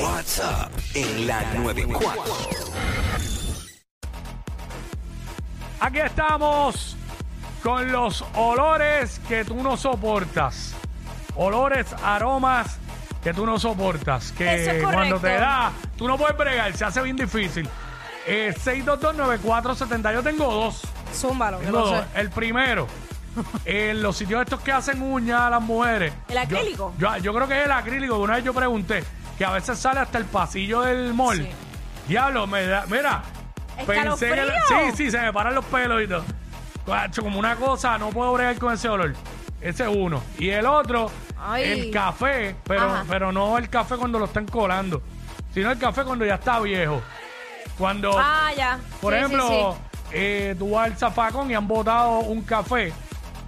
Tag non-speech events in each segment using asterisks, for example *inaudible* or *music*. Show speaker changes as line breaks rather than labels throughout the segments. WhatsApp en la 94.
Aquí estamos con los olores que tú no soportas. Olores, aromas que tú no soportas. Que
Eso es correcto.
cuando te da, tú no puedes bregar, se hace bien difícil. Eh, 6229470, yo tengo dos.
Zúmbalo, que
Tengo
lo
dos.
sé.
El primero, en los sitios estos que hacen uñas a las mujeres.
¿El acrílico?
Yo, yo- yo creo que es el acrílico. Una vez yo pregunté que a veces sale hasta el pasillo del mall.
Sí.
Diablo, me da, mira.
¿Escalofrío?
sí, sí, se me paran los pelos y todo. Guacho, como una cosa, no puedo bregar con ese olor. Ese es uno. Y el otro,
Ay.
el café, pero,
Ajá.
pero no el café cuando lo están colando, sino el café cuando ya está viejo. Cuando,
Ah, ya.
por
Sí, sí,
ejemplo,
sí.
eh, tú vas al zafacón y han botado un café,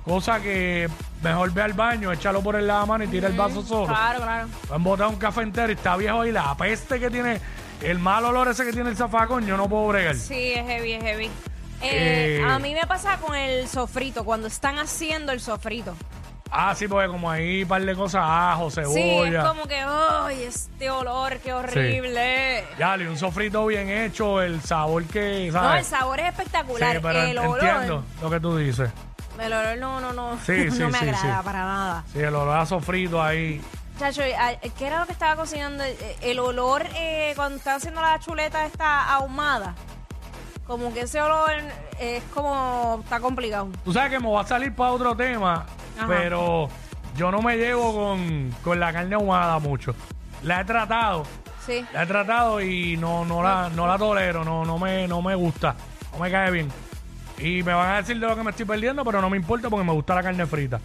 cosa que mejor ve al baño, échalo por el mano y tira el vaso solo.
Claro, claro.
Han botado un café entero y está viejo ahí, la peste que tiene, el mal olor ese que tiene el zafacón, yo no puedo bregar.
Sí, es heavy, es heavy. Eh,
Eh.
A mí me pasa con el sofrito, cuando están haciendo el sofrito.
Ah, sí, porque como ahí un par de cosas, ajo, cebolla.
Sí, es como que, ¡ay, este olor, qué horrible!
Ya, y un sofrito bien hecho, el sabor que, ¿sabes?
No, el sabor es espectacular.
Sí, pero
el olor,
entiendo lo que tú dices.
el olor no, no, no,
Sí, sí,
*laughs* no me
sí,
agrada
sí.
para nada.
Sí, el olor a sofrito ahí.
Chacho, a- ¿qué era lo que estaba cocinando? Eh, El olor eh, cuando están haciendo la chuleta está ahumada. Como que ese olor eh, es como, está complicado.
Tú sabes que me va a salir para otro tema,
Ajá.
pero yo no me llevo con, con la carne ahumada mucho. La he tratado,
Sí.
la he tratado y no, no, la, no la tolero, no, no, me, no me gusta, no me cae bien. Y me van a decir de lo que me estoy perdiendo, pero no me importa porque me gusta la carne frita.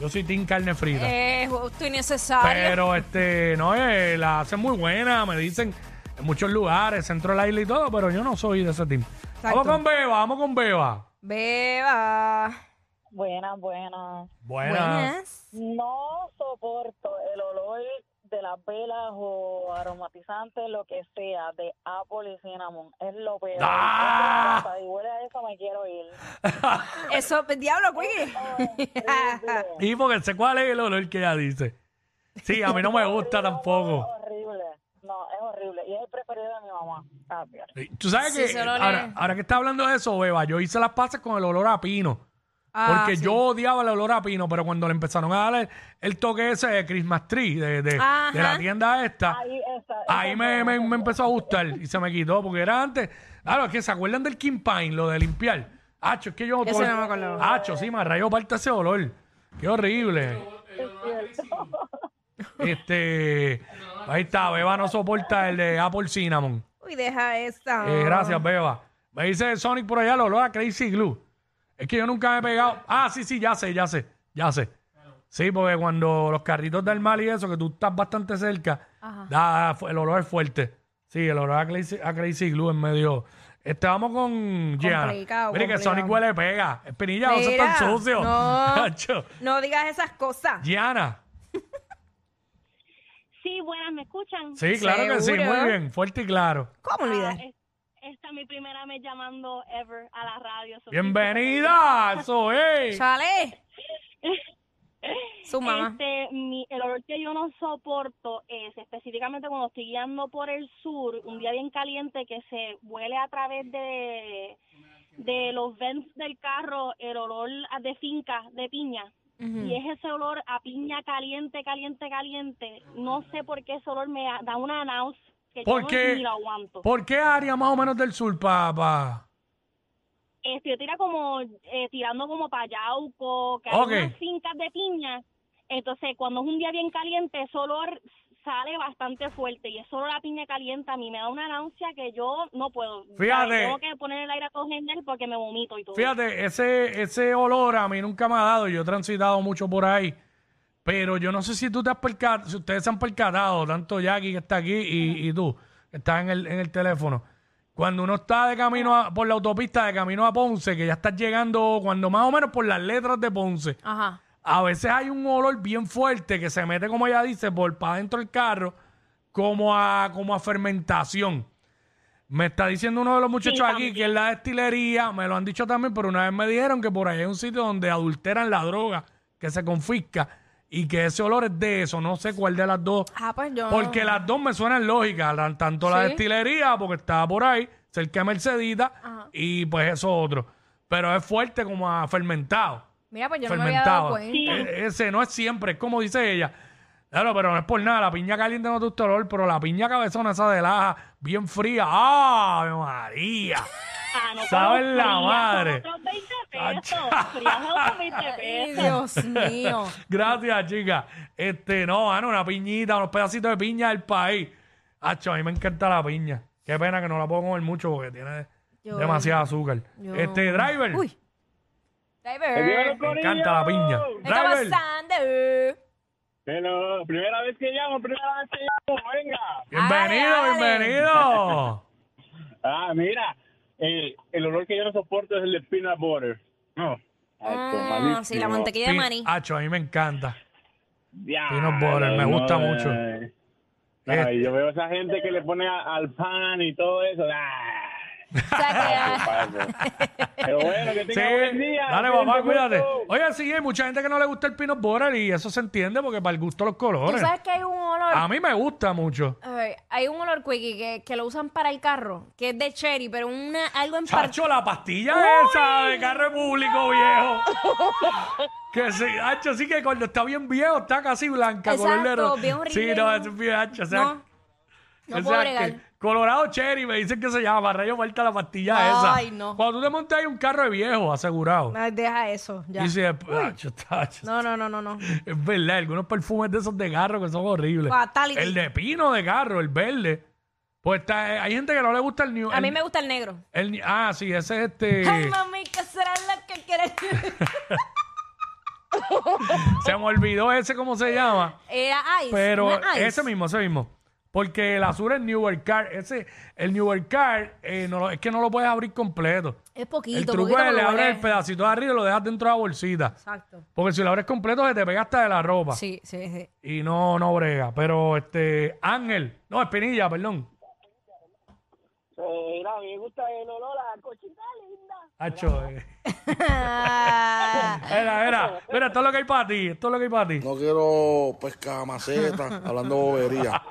Yo soy team carne frita.
Es justo y necesario.
Pero este, no, eh, la hacen muy buena, me dicen en muchos lugares, centro de la isla y todo, pero yo no soy de ese team. Vamos con Beba, vamos con Beba.
Beba.
Buenas, buenas.
Buena.
No soporto el olor de las velas o aromatizantes, lo que sea, de Apple y Cinnamon. Es lo peor.
¡Ah!
Es cosa, y huele a eso, me quiero ir.
*laughs*
Eso, diablo,
*laughs*
Quickie.
Horrible,
Y porque sé cuál es el olor que ella dice. Sí, a mí no me gusta tampoco.
horrible. No, es horrible. Y es el preferido de mi mamá. Ah, Gracias.
Tú sabes
Sí,
que
ese olor
ahora,
es-
ahora que está hablando de eso, Beba, yo hice las pasas con el olor a pino.
Ah,
porque
sí.
yo odiaba el olor a pino, pero cuando le empezaron a dar el, el toque ese de Christmas Tree, de, de- de la
Ajá.
tienda esta,
Ahí está.
Ahí me, me- me empezó a gustar y se me quitó porque era antes. Claro, es que se acuerdan del King Pine, lo de limpiar. Hacho, es que yo.
Ese no me acordaba.
Hacho, sí, me rayó parte ese olor. Qué horrible. Este. Ahí está, Beba no soporta el de Apple Cinnamon.
Uy, deja esta.
Eh, gracias, Beba. Me dice Sonic por allá el olor a Crazy Glue. Es que yo nunca me he pegado. Ah, sí, sí, ya sé, ya sé, ya sé. Sí, porque cuando los carritos del mal y eso, que tú estás bastante cerca,
Ajá.
da- da fu- el olor es fuerte. Sí, el olor a Crazy, a Crazy Glue en medio. Este, vamos con Gianna.
Complicado,
Mire que
complicado.
Sonic huele pega. Espinilla, no se
Mira,
tan sucio. *laughs*
no.
Cacho.
No digas esas cosas.
Gianna.
Sí, buenas, ¿me escuchan?
Sí, claro que sí,
Seguro.
muy bien, fuerte y claro.
¿Cómo
eh.
olvidar?
Ah, es- esta es mi primera vez llamando ever a la radio. so-
Bienvenida, eso es.
Chale. Su mamá.
Este, mi, el olor que yo no soporto es específicamente cuando estoy guiando por el sur, un día bien caliente que se huele a través de, de los vents del carro, el olor a- de finca, de piña.
Ujú.
Y es ese olor a piña caliente, caliente, caliente. No sé por qué ese olor me da- da una náusea que yo
¿Por
no-
qué?
ni lo aguanto.
¿Por qué área más o menos del sur, papá?
Este, yo tira como, eh, tirando como para Yauco, que
Ok.
hay unas fincas de piña. Entonces, cuando es un día bien caliente, ese olor sale bastante fuerte y es olor la piña caliente a mí me da una náusea que yo no puedo.
Fíjate.
Tengo que poner el aire a congelar porque me vomito y todo.
Fíjate, ese, ese olor a mí nunca me ha dado. Yo he transitado mucho por ahí. Pero yo no sé si tú te has percatado, si ustedes se han percatado, tanto Jackie que está aquí y, y tú, que estás en el, en el teléfono. Cuando uno está de camino a- por la autopista, de camino a Ponce, que ya estás llegando, cuando más o menos por las letras de Ponce,
Ajá.
a veces hay un olor bien fuerte que se mete, como ella dice, por para adentro del carro, como a, como a fermentación. Me está diciendo uno de los muchachos aquí
también.
que es la destilería, me lo han dicho también, pero una vez me dijeron que por ahí hay un sitio donde adulteran la droga que se confisca y que ese olor es de eso. No sé cuál de las dos.
Ah, pues yo.
Porque las dos me suenan lógicas. la- Tanto la
Sí.
destilería, porque estaba por ahí, cerca de Mercedita,
Ajá.
y pues eso otro. Pero es fuerte como a fermentado.
Mira, pues yo no me había dado
fermentado.
cuenta.
Sí.
E- Ese no es siempre, es como dice ella. Claro, pero no es por nada. La piña caliente no te gusta el olor, pero la piña cabezona, esa de laja, bien fría. ¡Ah, Ave María!
Ah, no,
Saben
pero
la
frías son
madre.
Otros 20 pesos.
Ach-
Frías son 20
*laughs* Ay,
pesos.
Dios mío.
*laughs* Gracias, chica. Este, no, Ana, una piñita, unos pedacitos de piña del país. Acho, a mí me encanta la piña. Qué pena que no la puedo comer mucho porque tiene
Yo-
demasiado azúcar.
yo-
Este, driver.
Uy.
Primero,
Driver.
Me encanta la piña.
Me está
Driver.
pasando.
Pero primera vez que llamo, primera vez que llamo, venga.
Bienvenido,
Ale, ale. *laughs*
bienvenido.
Ah, mira, eh, el olor que yo no soporto es el de peanut butter. No. Ah, esto
Ah,
es
sí, la
malísimo.
mantequilla de
Pin-
maní.
Acho, a mí me encanta.
Ya,
Peanut butter, me gusta mucho. Este.
eh. Ay, yo veo a esa gente que le pone a- al pan y todo eso.
*laughs*
Ah,
O
ah,
sea
padre. Pero bueno, que
Sí,
tenga buen día.
dale,
cuídense
papá,
mucho.
cuídate. Oye, sí, hay mucha gente que no le gusta el peanut butter y eso se entiende porque para el gusto los
que, tú
colores.
sabes que hay un olor.
A mí me gusta mucho.
Ay, hay un olor quickie que, que lo usan para el carro, que es de cherry, pero una, algo en par-
Chacho, la pastilla esa de carro público viejo. que sí, hacho, sí que cuando está bien viejo está casi blanca,
Exacto,
color de ro-
bien
Sí,
horrible.
no, eso es bien hacho, o sea,
No, no
o
puedo
sea que
bregar.
Colorado Cherry me dicen que se llama, rayo falta la pastilla esa.
Ay, no.
Cuando tú te montas ahí un carro de viejo, asegurado.
Ay, deja eso, ya.
Y si después, hacho, está- hacho,
No, no, no, no, no.
es verdad, algunos perfumes de esos de carro que son horribles.
Fatality.
El de pino de carro, el verde. Pues está, hay gente que no le gusta el new.
A mí
el-
me gusta el negro.
el- ah, sí, ese es este.
*laughs* Ay, mami, ¿qué será la que quieres?
Se me olvidó ese cómo se llama.
*laughs* Era ice.
Pero
no ice.
ese mismo, ese mismo. Porque el azul es Newer Car. Ese, el Newer Car eh, no lo- es que no lo puedes abrir completo.
Es poquito,
el truco
poquito
es le
pero
abres
huele.
el pedacito de arriba y lo dejas dentro de la bolsita.
Exacto.
Porque si lo abres completo se te pega hasta de la ropa.
Sí, sí, sí.
Y no, no brega. Pero este, Ángel, no, Espinilla, perdón.
Eh, mira, a mí me gusta el olor a cochita linda.
Hacho, eh.
Ah,
*laughs*
*laughs*
Era, era, mira, esto es lo que hay para ti, esto es lo que hay para ti.
No quiero pescar maceta, hablando bobería.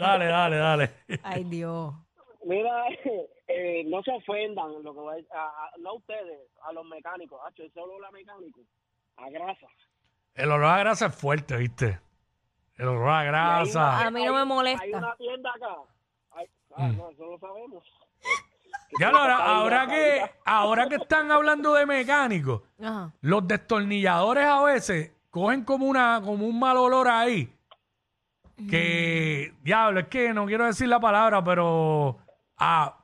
Dale, dale, dale.
Ay, Dios.
Mira, *laughs* eh, no se ofendan, lo que voy a, a- no a ustedes, a los mecánicos, hacho, el solo la mecánico, a grasa.
El olor a grasa es fuerte, ¿viste? El olor a grasa.
A mí no me
Hay
molesta. Mm.
una tienda acá. Ay, ah, no, eso lo sabemos.
Ya lo ahora, ahora que ahora que están hablando de mecánicos,
Ajá.
los destornilladores a veces cogen como una como un mal olor ahí. Que diablo, es que no quiero decir la palabra, pero ah,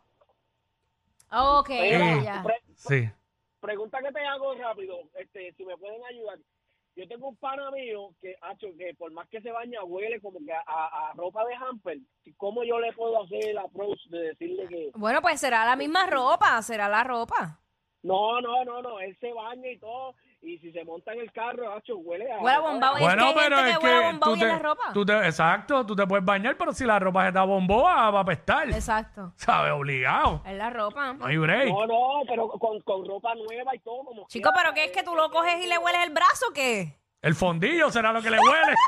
Ok,
eh,
ya.
sí.
Pregunta que te hago rápido, este, si me pueden ayudar. Yo tengo un pana mío que, hacho, que por más que se baña, huele como que a, a- a ropa de hamper. ¿Cómo yo le puedo hacer el approach de decirle que...
Bueno, pues será la misma ropa, será la ropa.
No, no, no, no, él se baña y todo, y si se monta en el carro, hacho, huele a...
Huele a bombao. Ah, Es que hay gente que huele a bombón y en la ropa.
tú te- exacto, tú te puedes bañar, pero si la ropa se está bomboa va a apestar.
Exacto.
¿Sabes? Obligado.
Es la ropa.
No hay break.
No, no, pero con, con ropa nueva y todo, como
Chico,
quiera, eh,
pero ¿qué es que tú lo coges y le hueles el brazo o qué?
El fondillo será lo que le huele.
*laughs*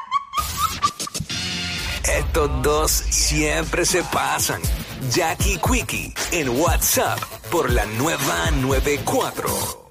Estos dos siempre se pasan. Jackie Quickie en WhatsApp por la nueva 94.